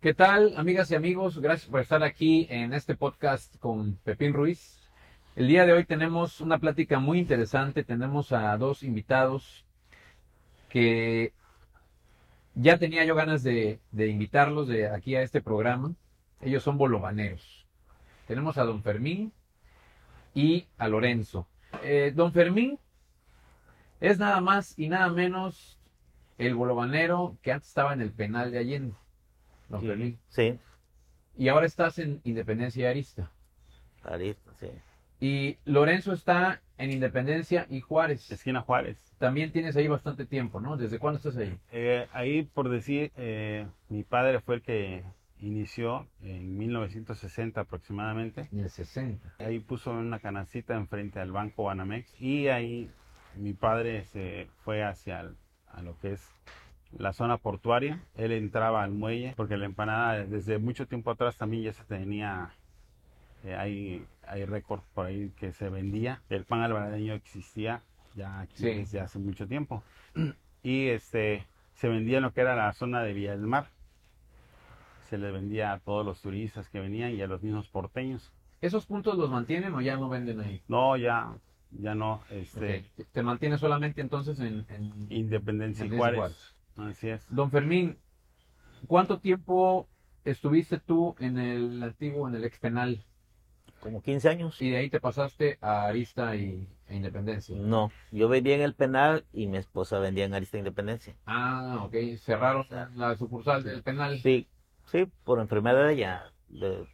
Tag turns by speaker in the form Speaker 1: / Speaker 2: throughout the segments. Speaker 1: ¿Qué tal, amigas y amigos? Gracias por estar aquí en este podcast con Pepín Ruiz. El día de hoy tenemos una plática muy interesante. Tenemos a dos invitados que ya tenía yo ganas de, de invitarlos de aquí a este programa. Ellos son bolovaneros. Tenemos a don Fermín y a Lorenzo. Eh, don Fermín es nada más y nada menos el bolovanero que antes estaba en el penal de Allende. Don Fermín.
Speaker 2: Sí,
Speaker 1: Y ahora estás en Independencia y Arista.
Speaker 2: Arista, sí.
Speaker 1: Y Lorenzo está en Independencia y Juárez.
Speaker 3: Esquina Juárez.
Speaker 1: También tienes ahí bastante tiempo, ¿no? ¿Desde cuándo estás ahí?
Speaker 3: Eh, ahí, por decir, eh, mi padre fue el que inició en 1960 aproximadamente.
Speaker 1: En el 60.
Speaker 3: Ahí puso una canacita enfrente al Banco Banamex y ahí mi padre se fue hacia el- a lo que es la zona portuaria. Él entraba al muelle porque la empanada desde mucho tiempo atrás también ya se tenía, eh, hay, hay récord por ahí que se vendía. El pan albareño existía ya aquí
Speaker 1: Sí.
Speaker 3: desde hace mucho tiempo y este se vendía en lo que era la zona de Villa del Mar. Se le vendía a todos los turistas que venían y a los mismos porteños.
Speaker 1: ¿Esos puntos los mantienen o ya no venden ahí?
Speaker 3: No, ya, ya no, este,
Speaker 1: Ok. Te mantienes solamente entonces en, en-
Speaker 3: Independencia y
Speaker 1: en
Speaker 3: Juárez.
Speaker 1: Juárez.
Speaker 3: Así es.
Speaker 1: Don Fermín, ¿cuánto tiempo estuviste tú en el antiguo, en el ex penal?
Speaker 2: Como 15 años.
Speaker 1: Y de ahí te pasaste a Arista y, e Independencia.
Speaker 2: No, yo vendía en el penal y mi esposa vendía en Arista Independencia.
Speaker 1: Ah, ok. Cerraron la sucursal del penal.
Speaker 2: Sí, sí, por enfermedad ya. Le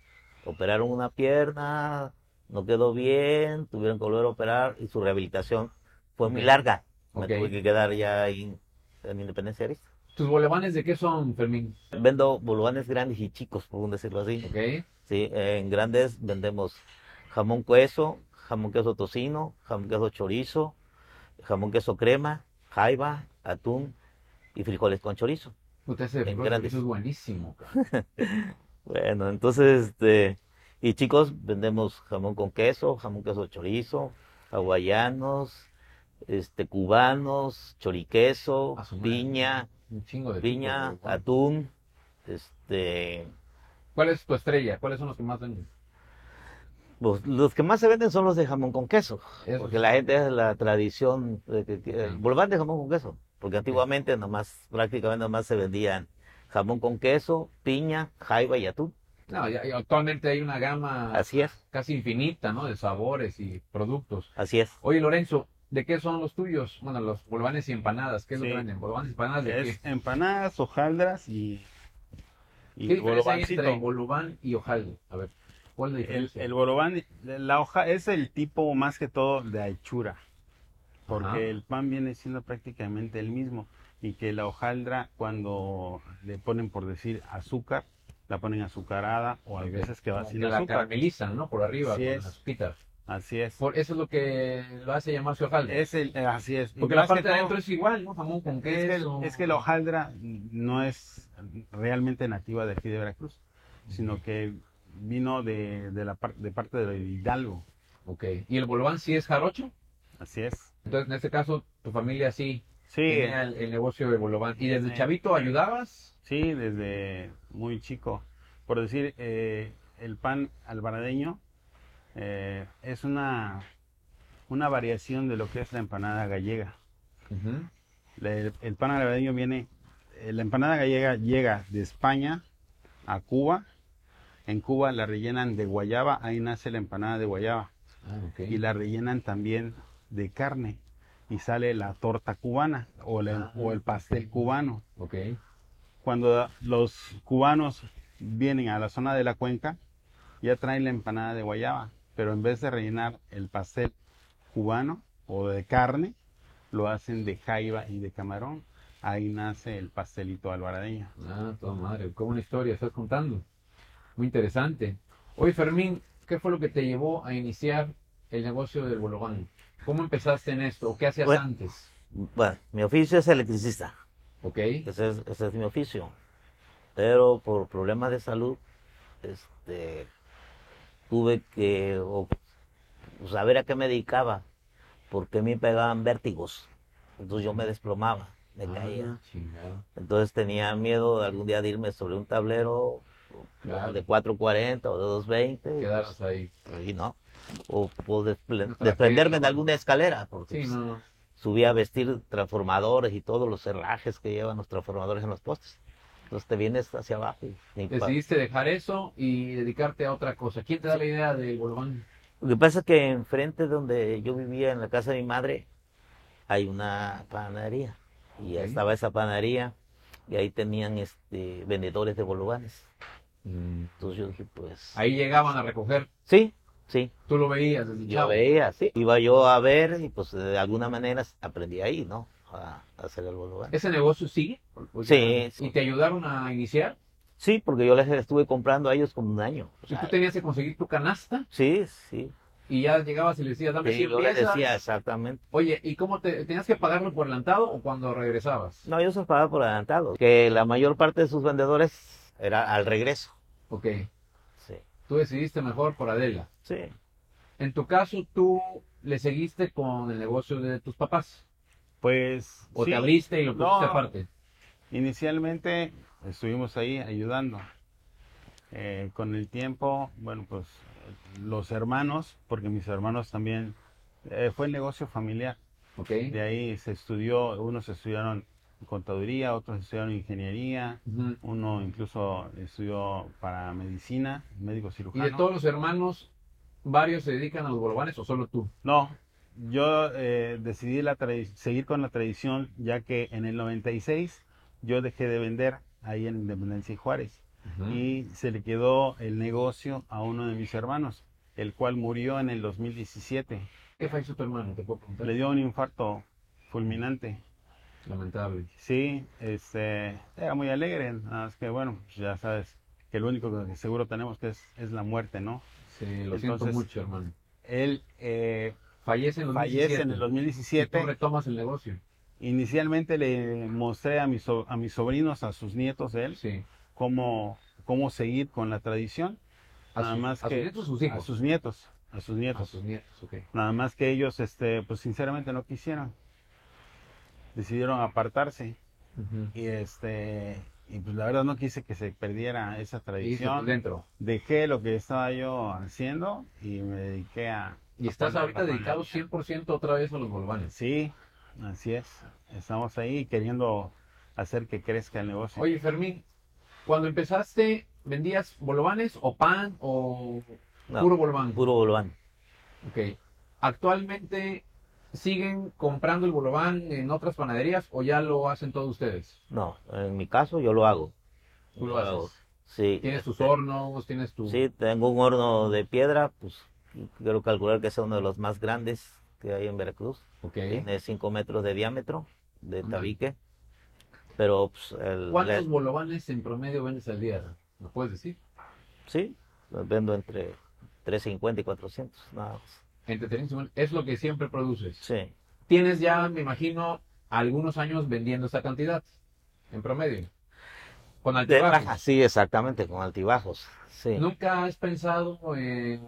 Speaker 2: operaron una pierna, no quedó bien, tuvieron que volver a operar y su rehabilitación fue muy
Speaker 1: Ok.
Speaker 2: larga. Me
Speaker 1: Ok.
Speaker 2: tuve que quedar ya ahí en Independencia y Arista.
Speaker 1: ¿Tus bolovanes de qué son, Fermín?
Speaker 2: Vendo bolovanes grandes y chicos, por decirlo así.
Speaker 1: Ok.
Speaker 2: Sí, en grandes vendemos jamón queso, jamón queso tocino, jamón queso chorizo, jamón queso crema, jaiba, atún y frijoles con chorizo.
Speaker 1: Puta, ese de
Speaker 2: En
Speaker 1: frijoles
Speaker 2: grandes.
Speaker 1: eso es buenísimo. cabrón.
Speaker 2: Bueno, entonces, este, y chicos, vendemos jamón con queso, jamón queso chorizo, hawaianos, este, cubanos, choriqueso,
Speaker 1: A su madre.
Speaker 2: piña,
Speaker 1: Un chingo de
Speaker 2: piña,
Speaker 1: tipos, güey.
Speaker 2: atún, este,
Speaker 1: ¿Cuál es tu estrella? ¿Cuáles son los que más venden?
Speaker 2: Los, pues, los que más se venden son los de jamón con queso,
Speaker 1: Esos.
Speaker 2: porque la gente es la tradición, de que- que- el volván de jamón con queso, porque antiguamente nomás, prácticamente nomás se vendían jamón con queso, piña, jaiba y atún.
Speaker 1: No, ya- ya actualmente hay una gama
Speaker 2: Así es,
Speaker 1: casi infinita, ¿no? De sabores y productos.
Speaker 2: así es.
Speaker 1: Oye, Lorenzo, ¿de qué son los tuyos? Bueno, los bolovanes y empanadas. ¿Qué es lo
Speaker 3: Sí.
Speaker 1: que venden? ¿Bolovanes y empanadas de
Speaker 3: Es
Speaker 1: qué?
Speaker 3: empanadas, hojaldras y, y
Speaker 1: ¿Qué diferencia hay
Speaker 3: bolovancito.
Speaker 1: entre bolobán y ojal? A ver, ¿cuál es la
Speaker 3: El,
Speaker 1: diferencia?
Speaker 3: el bolobán, la hoja es el tipo más que todo de hechura, porque
Speaker 1: Ajá.
Speaker 3: el pan viene siendo prácticamente el mismo y que la hojaldra cuando le ponen por decir azúcar, la ponen azucarada o a
Speaker 1: Ok.
Speaker 3: veces que va
Speaker 1: Como
Speaker 3: sin
Speaker 1: que la
Speaker 3: azúcar.
Speaker 1: caramelizan, ¿no? Por arriba,
Speaker 3: Así
Speaker 1: con
Speaker 3: es.
Speaker 1: las azuquitas.
Speaker 3: Así es.
Speaker 1: Por eso es lo que lo hace llamarse ojal.
Speaker 3: Es el, así es. Y
Speaker 1: Porque la
Speaker 3: más que
Speaker 1: parte de
Speaker 3: todo-
Speaker 1: adentro es igual, ¿no? Jamón con
Speaker 3: Es que,
Speaker 1: queso.
Speaker 3: es que la hojaldra no es realmente nativa de aquí de Veracruz, sino que vino de, de la par- de parte de Hidalgo.
Speaker 1: Ok. ¿Y el bolobán sí es jarocho?
Speaker 3: Así es.
Speaker 1: Entonces, en este caso, tu familia sí
Speaker 3: Sí,
Speaker 1: tenía el, el negocio de bolobán. ¿Y desde
Speaker 3: Sí.
Speaker 1: chavito ayudabas?
Speaker 3: sí, desde muy chico. Por decir, eh, el pan alvaradeño eh, es una, una variación de lo que es la empanada gallega. La- El, el pan albareño viene, eh, la empanada gallega llega de España a Cuba. En Cuba la rellenan de guayaba, ahí nace la empanada de guayaba.
Speaker 1: Ah, ok.
Speaker 3: Y la rellenan también de carne. Y sale la torta cubana o, la-
Speaker 1: Ah,
Speaker 3: o el pastel cubano.
Speaker 1: Ok.
Speaker 3: Cuando los cubanos vienen a la zona de la cuenca, ya traen la empanada de guayaba. Pero en vez de rellenar el pastel cubano o de carne, lo hacen de jaiba y de camarón. Ahí nace el pastelito alvaradeño.
Speaker 1: Ah, toda madre. Qué buena historia estás contando. Muy interesante. Oye, Fermín, ¿qué fue lo que te llevó a iniciar el negocio del bolobán? ¿Cómo empezaste en esto? ¿O qué hacías
Speaker 2: Bueno.
Speaker 1: antes?
Speaker 2: Bueno, mi oficio es electricista,
Speaker 1: Ok.
Speaker 2: ese es, ese es mi oficio, pero por problemas de salud, este, tuve que o- pues, saber a qué me dedicaba, porque a mí me pegaban vértigos, entonces yo me desplomaba. me caía.
Speaker 1: Ah, Chingado.
Speaker 2: Entonces tenía miedo de algún día de irme sobre un tablero
Speaker 1: Claro.
Speaker 2: de 4.40 o de 2.20.
Speaker 1: Quedaros ahí.
Speaker 2: Y pues, no. O, o desple-
Speaker 1: No te la
Speaker 2: desprenderme
Speaker 1: creo.
Speaker 2: de alguna escalera, porque
Speaker 1: Sí,
Speaker 2: pues,
Speaker 1: no.
Speaker 2: subía a vestir transformadores y todos los herrajes que llevan los transformadores en los postes. Entonces te vienes hacia abajo. y- y pa-
Speaker 1: Decidiste dejar eso y dedicarte a otra cosa. ¿Quién te da la idea del bolón?
Speaker 2: Lo que pasa es que enfrente donde yo vivía, en la casa de mi madre, hay una panadería. Y
Speaker 1: Ok.
Speaker 2: estaba esa panadería y ahí tenían este, vendedores de bolovanes.
Speaker 3: Mm.
Speaker 2: Entonces yo dije, pues...
Speaker 1: Ahí llegaban a recoger.
Speaker 2: Sí, sí.
Speaker 1: Tú lo veías desde
Speaker 2: Yo
Speaker 1: chavo.
Speaker 2: veía, sí. Iba yo a ver y pues de alguna manera aprendí ahí, ¿no? A, a hacer el bolován.
Speaker 1: ¿Ese negocio sigue? O sea,
Speaker 2: Sí, sí.
Speaker 1: ¿Y te ayudaron a iniciar?
Speaker 2: Sí, porque yo les estuve comprando a ellos como un año. o
Speaker 1: O sea,
Speaker 2: sea,
Speaker 1: tú tenías que conseguir tu canasta
Speaker 2: Sí, sí.
Speaker 1: y ya llegabas y le decías, dame
Speaker 2: Sí,
Speaker 1: 100
Speaker 2: yo les
Speaker 1: piezas.
Speaker 2: decía exactamente.
Speaker 1: Oye, ¿y cómo te tenías que pagarlo por adelantado o cuando regresabas?
Speaker 2: No, yo se los pagaba por adelantado. Que la mayor parte de sus vendedores era al regreso.
Speaker 1: Ok,
Speaker 2: Sí,
Speaker 1: tú decidiste mejor por Adela.
Speaker 2: sí.
Speaker 1: En tu caso, tú le seguiste con el negocio de tus papás.
Speaker 3: Pues
Speaker 1: ¿O
Speaker 3: sí,
Speaker 1: te abriste y lo pusiste
Speaker 3: No.
Speaker 1: aparte?
Speaker 3: inicialmente estuvimos ahí ayudando. Eh, con el tiempo, bueno, pues los hermanos, porque mis hermanos también, eh, fue el negocio familiar.
Speaker 1: Ok.
Speaker 3: De ahí se estudió, unos estudiaron contaduría, otros estudiaron ingeniería,
Speaker 1: Ujú.
Speaker 3: uno incluso estudió para medicina, médico
Speaker 1: ¿Y
Speaker 3: cirujano.
Speaker 1: de todos los hermanos, varios se dedican a los bolovanes o solo tú?
Speaker 3: No, yo eh, decidí la tradi- seguir con la tradición ya que en el 96 yo dejé de vender ahí en Independencia y Juárez
Speaker 1: Ah.
Speaker 3: y se le quedó el negocio a uno de mis hermanos, el cual murió en el 2017.
Speaker 1: ¿Qué fue tu hermano? Te puedo preguntar.
Speaker 3: Le dio un infarto fulminante.
Speaker 1: Lamentable.
Speaker 3: Sí, este, era muy alegre, nada más que bueno, pues ya sabes que lo único que seguro tenemos que es, es la muerte, ¿no?
Speaker 1: Sí, lo siento
Speaker 3: Entonces,
Speaker 1: mucho, hermano.
Speaker 3: Él eh,
Speaker 1: Fallece en los
Speaker 3: fallece en el
Speaker 1: ¿Y
Speaker 3: 2017.
Speaker 1: tú retomas el negocio.
Speaker 3: Inicialmente le mostré a mis, so- a mis sobrinos, a sus nietos de él,
Speaker 1: Sí.
Speaker 3: cómo, cómo seguir con la tradición.
Speaker 1: A
Speaker 3: Nada
Speaker 1: sus-
Speaker 3: más
Speaker 1: a sus
Speaker 3: que-
Speaker 1: nietos o sus hijos.
Speaker 3: A sus nietos, a sus
Speaker 1: A
Speaker 3: nietos.
Speaker 1: sus nietos, ok.
Speaker 3: Nada más que ellos, este, pues sinceramente no quisieron. Decidieron apartarse.
Speaker 1: Ujú.
Speaker 3: Y este, y pues la verdad no quise que se perdiera esa
Speaker 1: Y dices,
Speaker 3: tradición.
Speaker 1: pues, dentro.
Speaker 3: Dejé lo que estaba yo haciendo y me dediqué a...
Speaker 1: Y estás
Speaker 3: poner
Speaker 1: ahorita
Speaker 3: la
Speaker 1: dedicado
Speaker 3: panadería.
Speaker 1: 100% otra vez a los bolovanes.
Speaker 3: Sí, así es. Estamos ahí queriendo hacer que crezca el negocio.
Speaker 1: Oye, Fermín, cuando empezaste, ¿vendías bolovanes o pan o
Speaker 2: No,
Speaker 1: puro bolván?
Speaker 2: puro bolván.
Speaker 1: Ok. ¿Actualmente siguen comprando el bolván en otras panaderías o ya lo hacen todos ustedes?
Speaker 2: No, en mi caso yo lo hago.
Speaker 1: Tú lo
Speaker 2: Yo hago.
Speaker 1: haces.
Speaker 2: Sí.
Speaker 1: Tienes tus
Speaker 2: este,
Speaker 1: hornos, tienes tu...
Speaker 2: Sí, tengo un horno de piedra, pues quiero calcular que sea uno de los más grandes que hay en Veracruz.
Speaker 1: Ok.
Speaker 2: Tiene 5 metros de diámetro de
Speaker 1: Ándale.
Speaker 2: tabique. Pero pues, el,
Speaker 1: ¿Cuántos
Speaker 2: le-
Speaker 1: bolovanes en promedio vendes al día? ¿Nos puedes decir?
Speaker 2: sí, los vendo entre 350 y 400, nada más.
Speaker 1: Entretenimiento es lo que siempre produces.
Speaker 2: Sí,
Speaker 1: Tienes ya, me imagino, algunos años vendiendo esta cantidad en promedio. Con
Speaker 2: de
Speaker 1: altibajos.
Speaker 2: baja, sí, exactamente, con altibajos. Sí.
Speaker 1: ¿Nunca has pensado en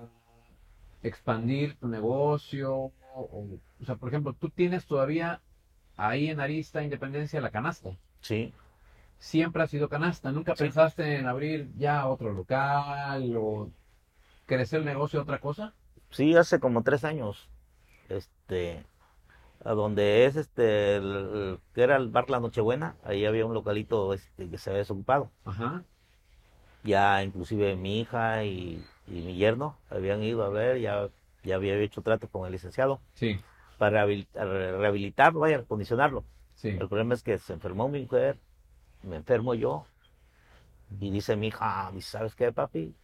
Speaker 1: expandir tu negocio? O, o sea, por ejemplo, tú tienes todavía ahí en Arista Independencia la canasta.
Speaker 2: Sí,
Speaker 1: Siempre ha sido canasta. ¿Nunca
Speaker 2: Sí.
Speaker 1: pensaste en abrir ya otro local o crecer el negocio a otra cosa?
Speaker 2: sí, hace como tres años, este, a donde es este, el- el- que era el bar La Nochebuena, ahí había un localito este, que se había desocupado.
Speaker 1: Ajá.
Speaker 2: Ya inclusive mi hija y, y mi yerno habían ido a ver, ya, ya había hecho trato con el licenciado
Speaker 1: Sí,
Speaker 2: para rehabil- re- rehabilitarlo, vaya, acondicionarlo.
Speaker 1: sí.
Speaker 2: El problema es que se enfermó mi mujer, me enfermo yo, y dice mi hija, "Ah, dice, ¿sabes qué, papi?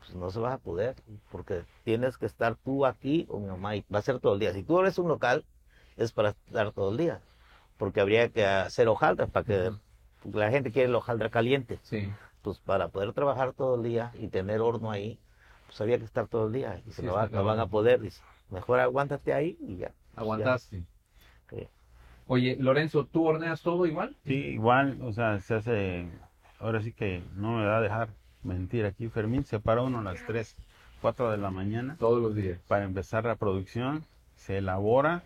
Speaker 2: Pues no se vas a poder, porque tienes que estar tú aquí o mi mamá, y va a ser todo el día. Si tú abres un local, es para estar todo el día, porque habría que hacer hojaldras para que porque la gente quiere el hojaldra caliente.
Speaker 1: Sí.
Speaker 2: Pues para poder trabajar todo el día y tener horno ahí, pues había que estar todo el día, y se
Speaker 1: Sí,
Speaker 2: lo
Speaker 1: está
Speaker 2: va- lo van a
Speaker 1: cabrón.
Speaker 2: poder, dice, mejor aguántate ahí y ya.
Speaker 1: Aguantaste.
Speaker 2: Sí.
Speaker 1: Oye, Lorenzo, ¿tú horneas todo igual?
Speaker 3: Sí, igual, o sea, se hace, ahora sí que no me va a dejar mentir aquí Fermín, se para uno a las 3, 4 de la mañana
Speaker 1: Todos los días.
Speaker 3: para empezar la producción, se elabora,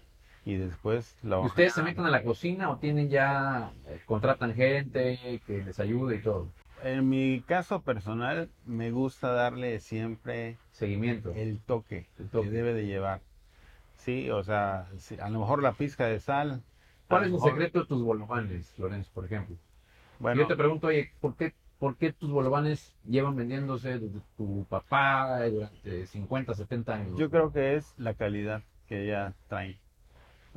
Speaker 3: y después la
Speaker 1: ¿Y
Speaker 3: hoja.
Speaker 1: ¿Ustedes se meten a la cocina o tienen ya, eh, contratan gente que les ayude y todo?
Speaker 3: En mi caso personal, me gusta darle siempre
Speaker 1: Seguimiento.
Speaker 3: el toque,
Speaker 1: El toque.
Speaker 3: que debe de llevar. Sí, o sea, sí, a lo mejor la pizca de sal. a
Speaker 1: ¿Cuál
Speaker 3: lo
Speaker 1: es el
Speaker 3: mejor-
Speaker 1: secreto de tus bolovanes, Lorenzo, por ejemplo?
Speaker 3: Bueno,
Speaker 1: Yo te pregunto, oye, ¿por qué, ¿por qué tus bolovanes llevan vendiéndose desde tu papá eh, durante 50, 70 años?
Speaker 3: Yo creo que es la calidad que ella trae.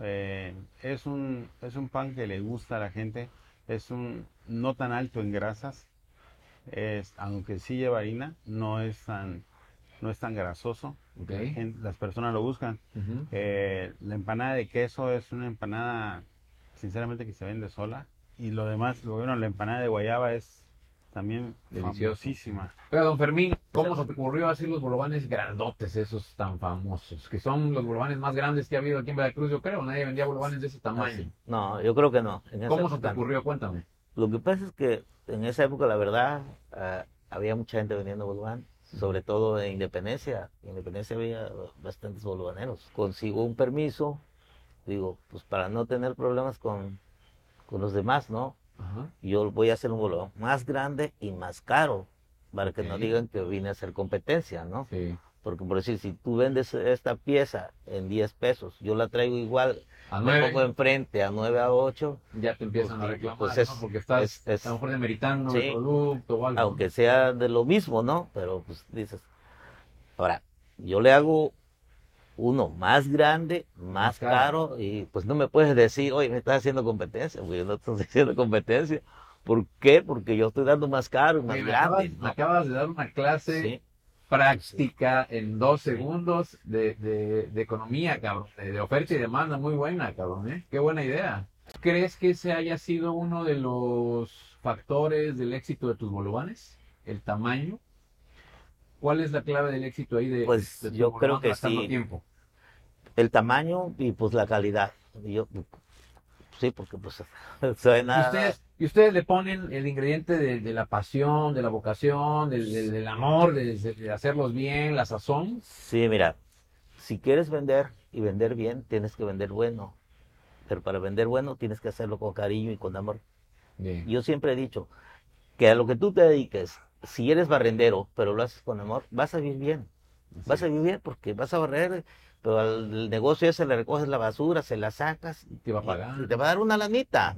Speaker 3: Eh, es un es un pan que le gusta a la gente, es un no tan alto en grasas, es aunque sí lleva harina, no es tan no es tan grasoso.
Speaker 1: Ok.
Speaker 3: La gen- las personas lo buscan.
Speaker 1: Ujú.
Speaker 3: Eh, la empanada de queso es una empanada, sinceramente, que se vende sola. Y lo demás, lo- bueno, la empanada de guayaba es también
Speaker 1: Delicioso.
Speaker 3: famosísima.
Speaker 1: Oiga, don Fermín, ¿cómo se te ocurrió hacer los bolovanes grandotes, esos tan famosos? Que son los bolovanes más grandes que ha habido aquí en Veracruz, yo creo. Nadie vendía bolovanes de ese
Speaker 2: Ah,
Speaker 1: tamaño.
Speaker 2: No, yo creo que no. en esa
Speaker 1: ¿Cómo se te
Speaker 2: época no.
Speaker 1: ocurrió? Cuéntame.
Speaker 2: Lo que pasa es que en esa época, la verdad, ah, había mucha gente vendiendo bolván, sobre todo en Independencia. En Independencia había bastantes bolvaneros. Consigo un permiso, digo, pues para no tener problemas con, con los demás, ¿no?
Speaker 1: Ajá.
Speaker 2: Yo voy a hacer un bolván más grande y más caro, para que no
Speaker 1: Ok.
Speaker 2: digan que vine a hacer competencia, ¿no? pues,
Speaker 1: Sí.
Speaker 2: Porque por decir, si tú vendes esta pieza en 10 pesos, yo la traigo igual,
Speaker 1: A
Speaker 2: la pongo
Speaker 1: nueve
Speaker 2: enfrente a 9 a 8,
Speaker 1: ya te empiezan a
Speaker 2: Pues,
Speaker 1: reclamar,
Speaker 2: pues es-
Speaker 1: ¿no? Porque estás
Speaker 2: es- es-
Speaker 1: a lo mejor demeritando
Speaker 2: Sí.
Speaker 1: el producto o algo.
Speaker 2: aunque sea de lo mismo, ¿no? Pero pues dices, ahora, yo le hago uno más grande, más
Speaker 1: Más caro.
Speaker 2: caro, y pues no me puedes decir, oye, me estás haciendo competencia, porque yo no te estoy haciendo competencia. ¿Por qué? Porque yo estoy dando más caro y más
Speaker 1: Oye, me,
Speaker 2: grande.
Speaker 1: acabas, me
Speaker 2: ¿no?
Speaker 1: acabas de dar una clase
Speaker 2: Sí,
Speaker 1: práctica en dos
Speaker 2: Sí.
Speaker 1: segundos de, de- de economía, cabrón, de, de oferta y demanda, muy buena, cabrón, ¿eh? Qué buena idea. ¿Crees que ese haya sido uno de los factores del éxito de tus bolovanes? ¿El tamaño? ¿Cuál es la clave del éxito ahí de,
Speaker 2: Pues,
Speaker 1: de tus
Speaker 2: yo creo
Speaker 1: bolovanes
Speaker 2: que
Speaker 1: gastando
Speaker 2: sí.
Speaker 1: tiempo?
Speaker 2: El tamaño y pues la calidad. Yo, sí, porque pues
Speaker 1: Y
Speaker 2: suena...
Speaker 1: ustedes, y ustedes le ponen el ingrediente de, de la pasión, de la vocación, del, del- del amor, de, de- de hacerlos bien, la sazón.
Speaker 2: Sí, mira, si quieres vender y vender bien, tienes que vender bueno. Pero para vender bueno, tienes que hacerlo con cariño y con amor. Yo siempre he dicho que a lo que tú te dediques, si eres barrendero, pero lo haces con amor, vas a vivir bien. Vas a vivir bien porque vas a barrer, pero al negocio ese le recoges la basura, se la sacas
Speaker 1: Te va a
Speaker 2: y-
Speaker 1: pagar,
Speaker 2: y te va a dar una lanita.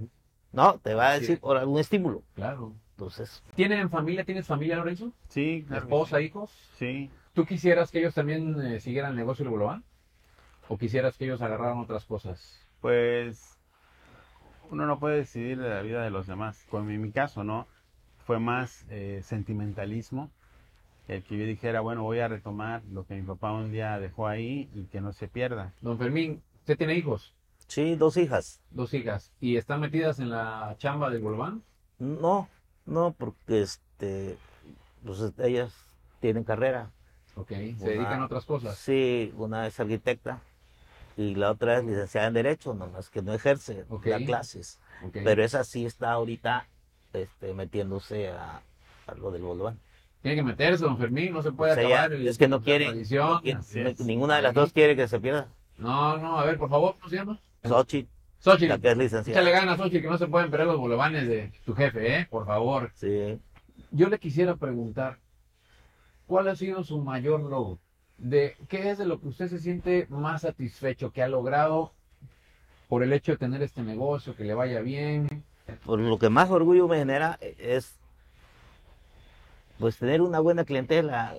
Speaker 2: No, te va a
Speaker 1: Así
Speaker 2: decir por algún estímulo.
Speaker 1: claro.
Speaker 2: Entonces,
Speaker 1: ¿Tienen familia? ¿Tienes familia, Lorenzo?
Speaker 3: Sí, claro que
Speaker 1: ¿Esposa, hijos?
Speaker 3: sí.
Speaker 1: ¿Tú quisieras que ellos también eh, siguieran el negocio de Bolobán? ¿O quisieras que ellos agarraran otras cosas?
Speaker 3: Pues uno no puede decidir de la vida de los demás. Con mi, mi caso, ¿no? Fue más eh, sentimentalismo. El que yo dijera, bueno, voy a retomar lo que mi papá un día dejó ahí y que no se pierda.
Speaker 1: Don Fermín, usted tiene hijos,
Speaker 2: sí, dos hijas.
Speaker 1: dos hijas, y están metidas en la chamba del Bolobán.
Speaker 2: No, no, porque este, pues ellas tienen carrera.
Speaker 1: Ok, se
Speaker 2: Una-
Speaker 1: dedican a otras cosas.
Speaker 2: Sí, una es arquitecta y la otra es licenciada en Derecho, nomás que no ejerce,
Speaker 1: Ok.
Speaker 2: da clases.
Speaker 1: Ok.
Speaker 2: Pero esa sí está ahorita este, metiéndose a, a lo del bolván.
Speaker 1: Tiene que meterse, don Fermín, no se puede
Speaker 2: O sea,
Speaker 1: acabar.
Speaker 2: ya-
Speaker 1: el-
Speaker 2: es que no
Speaker 1: la
Speaker 2: quiere,
Speaker 1: tradición.
Speaker 2: no quiere-
Speaker 3: así es.
Speaker 2: ninguna de las dos quiere que se pierda.
Speaker 1: No, no, a ver, por favor, ¿cómo se llama?
Speaker 2: Sochi,
Speaker 1: Xochitl,
Speaker 2: la que es
Speaker 1: échale
Speaker 2: licenciada.
Speaker 1: ganas, Xochitl, que no se pueden perder los bolovanes de tu jefe, ¿eh? Por favor.
Speaker 2: Sí.
Speaker 1: Yo le quisiera preguntar, ¿cuál ha sido su mayor logro? De, ¿Qué es de lo que usted se siente más satisfecho, que ha logrado por el hecho de tener este negocio, que le vaya bien?
Speaker 2: Por lo que más orgullo me genera eh, es pues tener una buena clientela.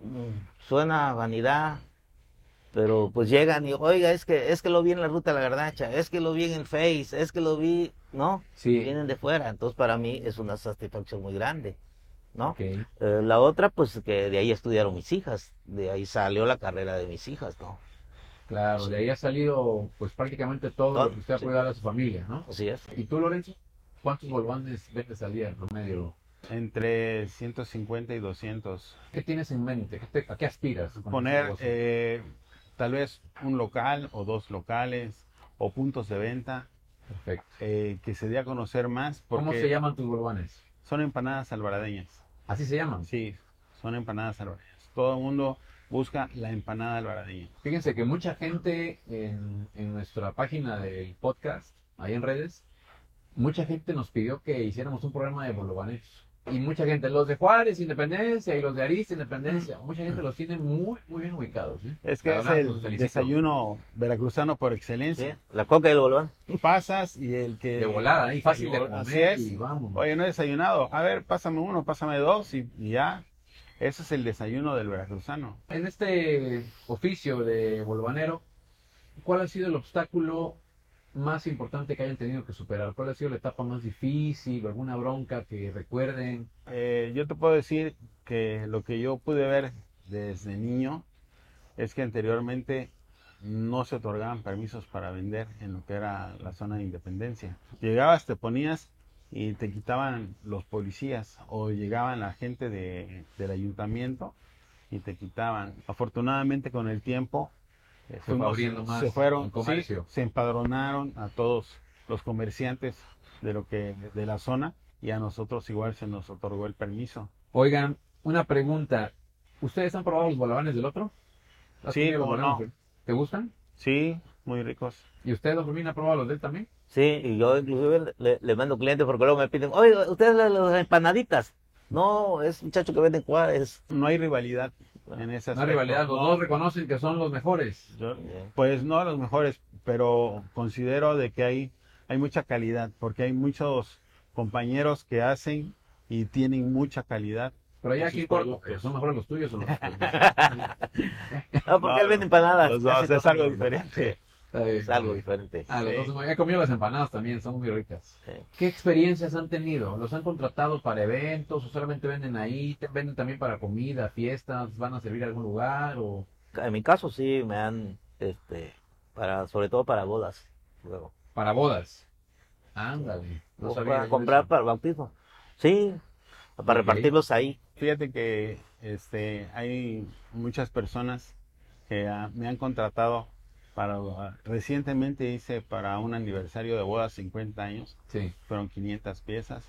Speaker 2: Mm, Suena a vanidad, pero pues llegan y oiga, es que es que lo vi en la ruta de la garnacha, es que lo vi en el Face, es que lo vi, ¿no?
Speaker 1: Sí.
Speaker 2: Vienen de fuera, entonces para mí es una satisfacción muy grande, ¿no?
Speaker 1: Ok,
Speaker 2: Eh, la otra, pues que de ahí estudiaron mis hijas, de ahí salió la carrera de mis hijas, ¿no?
Speaker 1: claro, de ahí ha salido pues prácticamente todo lo que usted ha
Speaker 2: Sí.
Speaker 1: cuidado a su familia, ¿no?
Speaker 2: Así es.
Speaker 1: ¿Y tú, Lorenzo? ¿Cuántos bolovanes vendes al día en promedio?
Speaker 3: Entre 150 y 200.
Speaker 1: ¿Qué tienes en mente? ¿Qué te- ¿A qué aspiras? con este
Speaker 3: Poner
Speaker 1: negocio?
Speaker 3: eh, tal vez un local o dos locales o puntos de venta
Speaker 1: Perfecto.
Speaker 3: eh, que se dé a conocer más porque
Speaker 1: ¿Cómo se llaman tus bolovanes?
Speaker 3: son empanadas alvaradeñas.
Speaker 1: ¿Así se llaman?
Speaker 3: Sí, son empanadas alvaradeñas. todo el mundo busca la empanada alvaradeña.
Speaker 1: Fíjense que mucha gente en, en nuestra página del podcast, ahí en redes, mucha gente nos pidió que hiciéramos un programa de bolovaneros. Y mucha gente, los de Juárez, Independencia, y los de Arista, Independencia, mucha gente los tiene muy, muy bien ubicados. ¿eh?
Speaker 3: Es que
Speaker 1: La
Speaker 3: es
Speaker 1: verdad, los
Speaker 3: el
Speaker 1: felicito.
Speaker 3: desayuno veracruzano por
Speaker 2: Sí,
Speaker 3: excelencia.
Speaker 2: La coca y el bolón.
Speaker 3: Pasas y el que...
Speaker 1: De volada, y fácil de
Speaker 3: Así
Speaker 1: comer.
Speaker 3: es.
Speaker 1: Y vamos.
Speaker 3: Oye, no he desayunado. A ver, pásame uno, pásame dos y y ya. Ese es el desayuno del veracruzano.
Speaker 1: En este oficio de bolvanero, ¿cuál ha sido el obstáculo más importante que hayan tenido que superar? ¿Cuál ha sido la etapa más difícil? ¿Alguna bronca que recuerden?
Speaker 3: Eh, yo te puedo decir que lo que yo pude ver desde niño es que anteriormente no se otorgaban permisos para vender en lo que era la zona de Independencia. Llegabas, te ponías y te quitaban los policías o llegaban la gente de- del ayuntamiento y te quitaban. Afortunadamente con el tiempo eh, se,
Speaker 1: Fuimos
Speaker 3: fue-
Speaker 1: abriendo más
Speaker 3: se fueron,
Speaker 1: el comercio.
Speaker 3: sí, se empadronaron a todos los comerciantes de lo que de la zona y a nosotros igual se nos otorgó el permiso.
Speaker 1: Oigan, una pregunta. ¿Ustedes han probado los bolavanes del otro? ¿Has
Speaker 3: Sí,
Speaker 1: comido los
Speaker 3: ¿cómo
Speaker 1: bolavanes
Speaker 3: no?
Speaker 1: del- ¿Te gustan?
Speaker 3: Sí, muy ricos.
Speaker 1: ¿Y usted, don Fermín, ha probado los de él también?
Speaker 2: Sí, y yo inclusive le, le mando clientes porque luego me piden, oye, ustedes las, las empanaditas. No, es muchacho que vende en Juárez.
Speaker 3: No hay rivalidad en ese
Speaker 1: Una
Speaker 3: aspecto.
Speaker 1: rivalidad, los
Speaker 3: No,
Speaker 1: dos reconocen que son los mejores.
Speaker 3: yo-
Speaker 2: Bien.
Speaker 3: pues no los mejores, pero considero de que hay, hay mucha calidad, porque hay muchos compañeros que hacen y tienen mucha calidad.
Speaker 1: Pero ya
Speaker 3: Sus
Speaker 1: aquí en Corto,
Speaker 3: productos.
Speaker 1: ¿son mejores los tuyos o los tuyos?
Speaker 2: No, porque
Speaker 3: No,
Speaker 2: él vende empanadas.
Speaker 3: Los dos,
Speaker 2: Casi
Speaker 3: es
Speaker 2: todo.
Speaker 3: algo diferente.
Speaker 2: Es algo diferente.
Speaker 1: Ah, los
Speaker 3: Sí.
Speaker 1: dos son muy- he comido las empanadas también, son muy ricas.
Speaker 2: Sí.
Speaker 1: ¿Qué experiencias han tenido? ¿Los han contratado para eventos o solamente venden ahí? ¿Te- ¿Venden también para comida, fiestas? ¿Van a servir a algún lugar? O...
Speaker 2: En mi caso sí me han, este, para, sobre todo para bodas. Luego.
Speaker 1: Para bodas. Ándale. No
Speaker 2: O
Speaker 1: sabía yo
Speaker 2: para
Speaker 1: de
Speaker 2: comprar
Speaker 1: eso.
Speaker 2: para el bautismo. Sí, para
Speaker 1: Ok.
Speaker 2: repartirlos ahí.
Speaker 3: Fíjate que este, hay muchas personas que ah, me han contratado para... recientemente hice para un aniversario de bodas 50 años.
Speaker 1: Sí.
Speaker 3: fueron 500 piezas.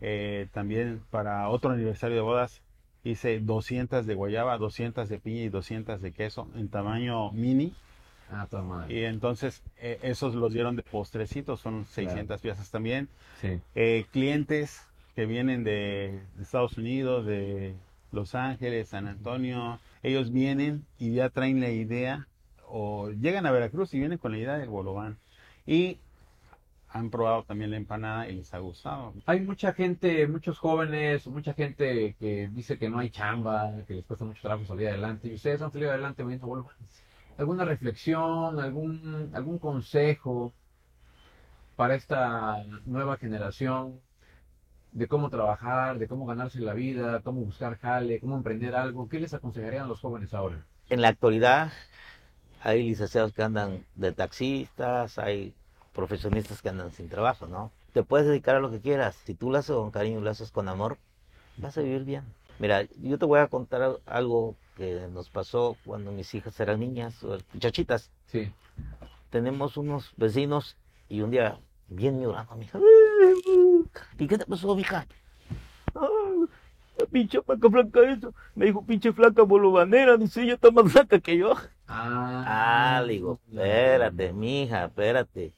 Speaker 3: Eh, también para otro aniversario de bodas hice 200 de guayaba, 200 de piña y 200 de queso en tamaño mini.
Speaker 1: Ah, toda madre.
Speaker 3: Y entonces eh, esos los dieron de postrecitos, son 600 piezas también.
Speaker 1: Sí.
Speaker 3: Eh, clientes que vienen de Estados Unidos, de Los Ángeles, San Antonio, ellos vienen y ya traen la idea o llegan a Veracruz y vienen con la idea del bolobán. Y han probado también la empanada y les ha gustado.
Speaker 1: Hay mucha gente, muchos jóvenes, mucha gente que dice que no hay chamba, que les cuesta mucho trabajo salir adelante. Y ustedes han salido adelante vendiendo volvanes. ¿Alguna reflexión, algún, algún consejo para esta nueva generación de cómo trabajar, de cómo ganarse la vida, cómo buscar jale, cómo emprender algo? ¿Qué les aconsejarían a los jóvenes ahora?
Speaker 2: En la actualidad hay licenciados que andan de taxistas, hay profesionistas que andan sin trabajo, ¿no? Te puedes dedicar a lo que quieras. Si tú lo haces con cariño, lo haces con amor, vas a vivir bien. Mira, yo te voy a contar al- algo que nos pasó cuando mis hijas eran niñas, o muchachitas.
Speaker 1: Sí,
Speaker 2: Tenemos unos vecinos y un día bien llorando, mija. ¿Y qué te pasó, mija? "Ay, La pinche flaca flaca eso. Me dijo, pinche flaca bolovanera, dice, ella está más flaca que yo.
Speaker 1: Ah,
Speaker 2: Ah, le digo, espérate, mija, espérate.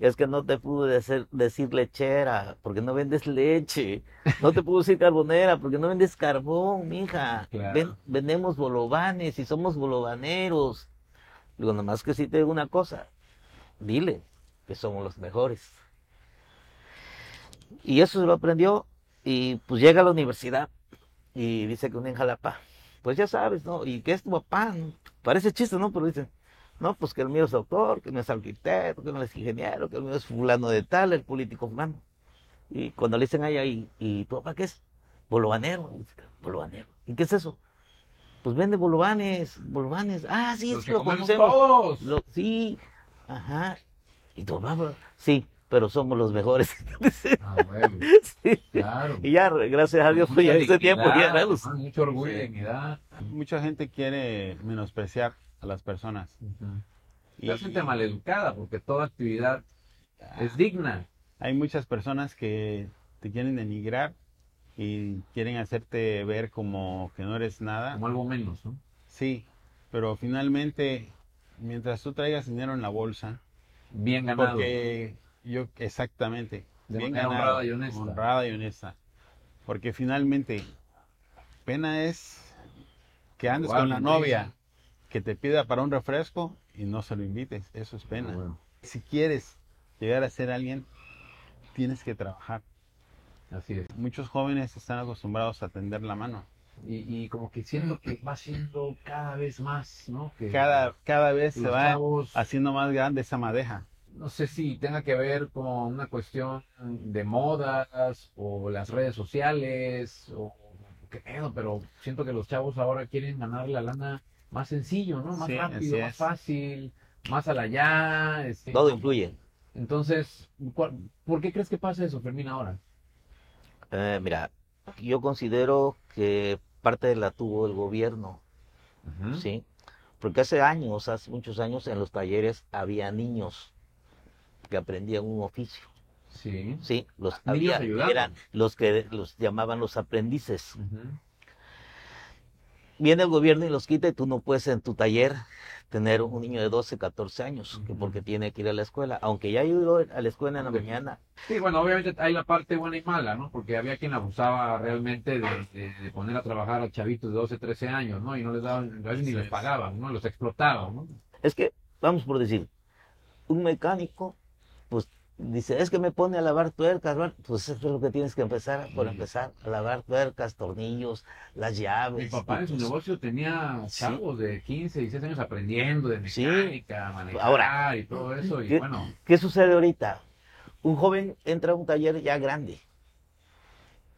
Speaker 2: Es que no te pude decir, decir lechera, porque no vendes leche. No te puedo decir carbonera, porque no vendes carbón, mija.
Speaker 1: Claro.
Speaker 2: Ven- vendemos bolovanes y somos bolovaneros. Le Digo, nomás que sí te digo una cosa. Dile que somos los mejores. Y eso se lo aprendió y pues llega a la universidad y dice que un en Jalapa. Pues ya sabes, ¿no? Y que es tu papá, ¿no? parece chiste, ¿no? Pero dicen, no, pues que el mío es doctor, que no es arquitecto, que no es ingeniero, que el mío es fulano de tal, el político fulano. Y cuando le dicen allá, ¿y, y tu papá qué es? Bolovanero. Dice, Bolovanero. ¿Y qué es eso? Pues vende bolovanes, bolovanes. Ah, sí,
Speaker 1: Los
Speaker 2: sí,
Speaker 1: que
Speaker 2: lo
Speaker 1: comemos
Speaker 2: conocemos.
Speaker 1: todos.
Speaker 2: Lo- sí, ajá. Y tu mamá, bro, sí, pero somos los mejores.
Speaker 1: Ah, bueno,
Speaker 2: Sí.
Speaker 1: claro.
Speaker 2: Y ya, gracias a Dios, pues ya
Speaker 1: Mucha
Speaker 2: ese tiempo
Speaker 1: dignidad,
Speaker 2: ya ¿no?
Speaker 1: ah, Mucho orgullo y
Speaker 3: Sí.
Speaker 1: dignidad.
Speaker 3: Mucha gente quiere menospreciar a las personas.
Speaker 1: Y...
Speaker 3: Y
Speaker 1: Te sientes maleducada porque toda actividad
Speaker 3: Ah.
Speaker 1: es digna.
Speaker 3: hay muchas personas que te quieren denigrar y quieren hacerte ver como que no eres nada.
Speaker 1: Como algo menos, ¿no?
Speaker 3: Sí, pero finalmente, mientras tú traigas dinero en la bolsa,
Speaker 1: Bien ganado.
Speaker 3: porque yo, exactamente,
Speaker 1: De manera honrada y honesta.
Speaker 3: honrada y honesta. Porque finalmente, pena es que andes
Speaker 1: Igual,
Speaker 3: con la
Speaker 1: ¿no?
Speaker 3: novia que te pida para un refresco y no se lo invites, eso es pena.
Speaker 1: Bueno,
Speaker 3: Si quieres llegar a ser alguien, tienes que trabajar.
Speaker 1: así es.
Speaker 3: Muchos jóvenes están acostumbrados a tender la mano.
Speaker 1: Y, y como que siento que va siendo cada vez más, ¿no? Que
Speaker 3: Cada, cada vez
Speaker 1: que
Speaker 3: se
Speaker 1: los
Speaker 3: va
Speaker 1: chavos-
Speaker 3: haciendo más grande esa madeja.
Speaker 1: no sé si tenga que ver con una cuestión de modas o las redes sociales o qué pedo, pero siento que los chavos ahora quieren ganar la lana más sencillo, ¿no? Más
Speaker 3: Sí,
Speaker 1: rápido,
Speaker 3: así
Speaker 1: más
Speaker 3: es.
Speaker 1: fácil, más al allá. este.
Speaker 2: Todo influye.
Speaker 1: Entonces, ¿cuál- ¿por qué crees que pasa eso, Fermín, ahora?
Speaker 2: Eh, mira, yo considero que parte la tuvo el gobierno, ¿sí? Porque hace años, hace muchos años, en los talleres había niños que aprendían un oficio,
Speaker 1: Sí.
Speaker 2: ¿sí? Los
Speaker 1: Ah, Niños
Speaker 2: había,
Speaker 1: ayudando.
Speaker 2: eran los que los llamaban los aprendices.
Speaker 1: Ujú.
Speaker 2: Viene el gobierno y los quita y tú no puedes en tu taller tener un niño de 12, 14 años, que
Speaker 1: Ujú.
Speaker 2: porque tiene que ir a la escuela, aunque ya ayudó a la escuela en la
Speaker 1: Ok.
Speaker 2: mañana,
Speaker 1: Sí, bueno, obviamente hay la parte buena y mala, ¿no? Porque había quien abusaba realmente de, de- de poner a trabajar a chavitos de 12, 13 años, ¿no? Y no les daban, a veces ni
Speaker 3: Así
Speaker 1: les
Speaker 3: es.
Speaker 1: pagaban, ¿no? Los explotaban, ¿no?
Speaker 2: Es que, vamos por decir, un mecánico, pues dice, es que me pone a lavar tuercas, lavar-". pues eso es lo que tienes que empezar, por empezar, a lavar tuercas, tornillos, las
Speaker 1: Mi
Speaker 2: llaves.
Speaker 1: papá en su
Speaker 2: Pues,
Speaker 1: negocio tenía
Speaker 2: Sí.
Speaker 1: chavos de 15, 16 años aprendiendo de
Speaker 2: Sí.
Speaker 1: mecánica, a manejar
Speaker 2: Ahora.
Speaker 1: y todo eso. Y
Speaker 2: ¿Qué?
Speaker 1: bueno,
Speaker 2: ¿Qué sucede ahorita? Un joven entra a un taller ya grande,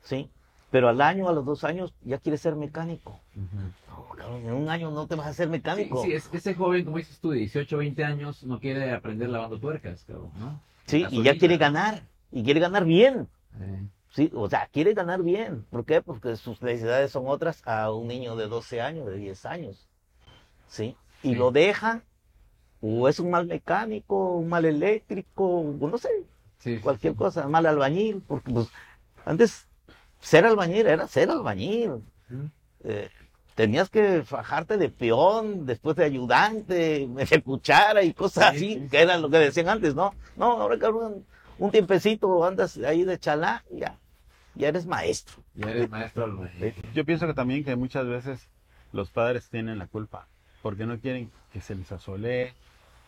Speaker 2: ¿sí? Pero al año, a los dos años, ya quiere ser mecánico. No, cabrón, en un año no te vas a hacer
Speaker 1: sí,
Speaker 2: mecánico.
Speaker 1: sí, es- ese joven, como dices tú, de 18, 20 años, no quiere aprender lavando tuercas, cabrón, ¿no?
Speaker 2: Sí, y
Speaker 1: gasolina.
Speaker 2: ya quiere ganar, y quiere ganar bien.
Speaker 1: Eh,
Speaker 2: Sí, o sea, quiere ganar bien. ¿Por qué? Porque sus necesidades son otras a un niño de 12 años, de 10 años. ¿Sí? Y
Speaker 1: Sí.
Speaker 2: lo deja, o es un mal mecánico, un mal eléctrico, o no sé,
Speaker 1: sí, sí,
Speaker 2: cualquier cosa, mal albañil, porque pues, antes ser albañil era ser albañil.
Speaker 1: Ujú.
Speaker 2: Eh, tenías que fajarte de peón, después de ayudante, de cuchara y cosas
Speaker 1: Sí,
Speaker 2: así,
Speaker 1: sí.
Speaker 2: que era lo que decían antes, ¿no? No, ahora cabrón, un tiempecito andas ahí de chalá, y ya, ya eres maestro.
Speaker 1: ya eres maestro albañil.
Speaker 3: Yo pienso que también que muchas veces los padres tienen la culpa, porque no quieren que se les asolee,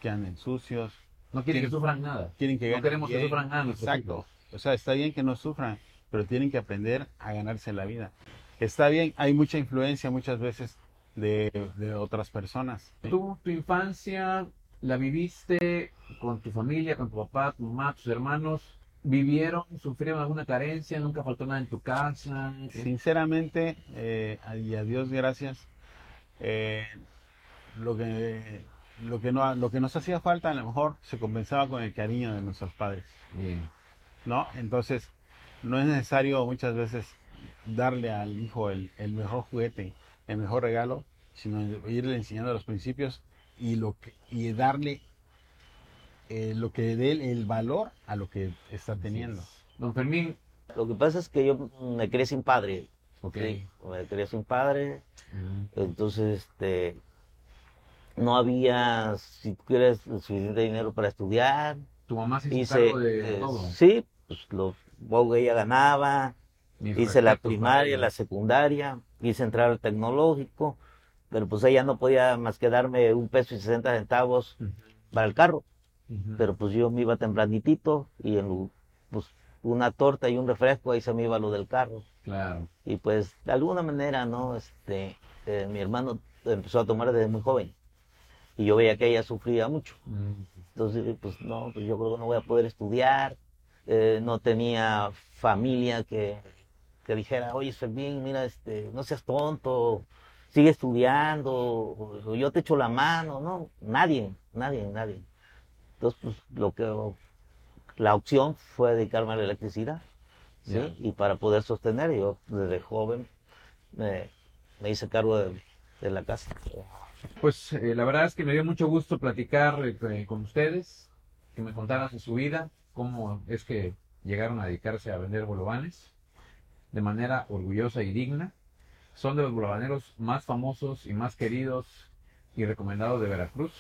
Speaker 3: que anden sucios,
Speaker 1: No quiere
Speaker 3: Sí.
Speaker 1: que sufran nada.
Speaker 3: quieren que
Speaker 1: No
Speaker 3: ganen
Speaker 1: queremos que
Speaker 3: bien.
Speaker 1: sufran nada nuestros
Speaker 3: Exacto. O sea, está bien que no sufran, pero tienen que aprender a ganarse la vida. Está bien, hay mucha influencia muchas veces de, de otras personas.
Speaker 1: ¿Tú, tu infancia, la viviste con tu familia, con tu papá, tu mamá, tus hermanos? ¿Vivieron, sufrieron alguna carencia? ¿Nunca faltó nada en tu casa?
Speaker 3: Sinceramente, eh, a- y a Dios gracias, eh, lo, que, lo, que no, lo que nos hacía falta a lo mejor se compensaba con el cariño de nuestros padres.
Speaker 1: Bien.
Speaker 3: ¿no? Entonces, no es necesario muchas veces darle al hijo el, el mejor juguete, el mejor regalo, sino irle enseñando los principios y, lo que, y darle eh, lo que dé el- el valor a lo que está teniendo.
Speaker 1: Don Fermín,
Speaker 2: Lo que pasa es que yo me crié sin padre,
Speaker 1: ok.
Speaker 2: ¿sí? me crié sin padre,
Speaker 1: Mm.
Speaker 2: Entonces, este, no había, si tú quieres, suficiente dinero para estudiar.
Speaker 1: Tu mamá se hizo
Speaker 2: Hice,
Speaker 1: cargo de
Speaker 2: eh,
Speaker 1: todo.
Speaker 2: sí, pues lo poco que ella ganaba.
Speaker 1: Mis
Speaker 2: Hice la
Speaker 1: respetos para
Speaker 2: primaria,
Speaker 1: ella.
Speaker 2: la secundaria, hice entrar al tecnológico, pero pues ella no podía más que darme un peso y 60 centavos
Speaker 1: Ujú.
Speaker 2: para el carro.
Speaker 1: Ujú.
Speaker 2: Pero pues yo me iba tempranitito y en lu- pues, una torta y un refresco, ahí se me iba lo del carro.
Speaker 1: Claro.
Speaker 2: Y pues de alguna manera, ¿no? Este, eh, mi hermano empezó a tomar desde muy joven. Y yo veía que ella sufría mucho.
Speaker 1: Mm.
Speaker 2: Entonces, pues no, pues yo creo que no voy a poder estudiar. Eh, no tenía familia que, que dijera, oye, Fermín, mira, este, no seas tonto, sigue estudiando, o- o yo te echo la mano, no, nadie, nadie, nadie. Entonces, pues lo que, la opción fue dedicarme a la electricidad, ¿sí?
Speaker 1: Ya.
Speaker 2: Y para poder sostener, yo desde joven me, me hice cargo de, de la casa.
Speaker 1: Pues eh, la verdad es que me dio mucho gusto platicar eh, con- con ustedes, que me contaran de su vida, cómo es que llegaron a dedicarse a vender bolovanes. de manera orgullosa y digna. Son de los burlabaneros más famosos y más queridos y recomendados de Veracruz.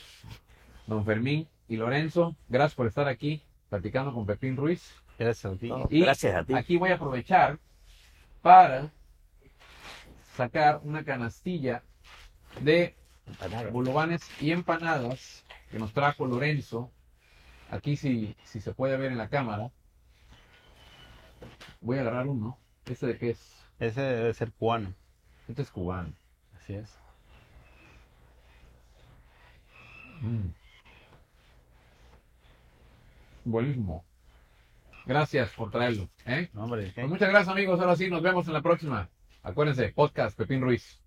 Speaker 1: Don Fermín y Lorenzo, gracias por estar aquí platicando con Pepín Ruiz.
Speaker 3: Gracias a ti.
Speaker 2: No,
Speaker 1: Y
Speaker 2: gracias a ti.
Speaker 1: Aquí voy a aprovechar para sacar una canastilla de
Speaker 2: Para nada.
Speaker 1: bulobanes y empanadas que nos trajo Lorenzo. Aquí si, si se puede ver en la cámara. Voy a agarrar uno. ¿Este de qué es?
Speaker 3: Ese debe ser cubano.
Speaker 1: Este es cubano.
Speaker 3: Así es.
Speaker 1: Mm. Buenísimo. Gracias por traerlo. ¿eh?
Speaker 3: No, hombre, ¿qué?
Speaker 1: Pues muchas gracias amigos. Ahora sí, nos vemos en la próxima. Acuérdense, podcast Pepín Ruiz.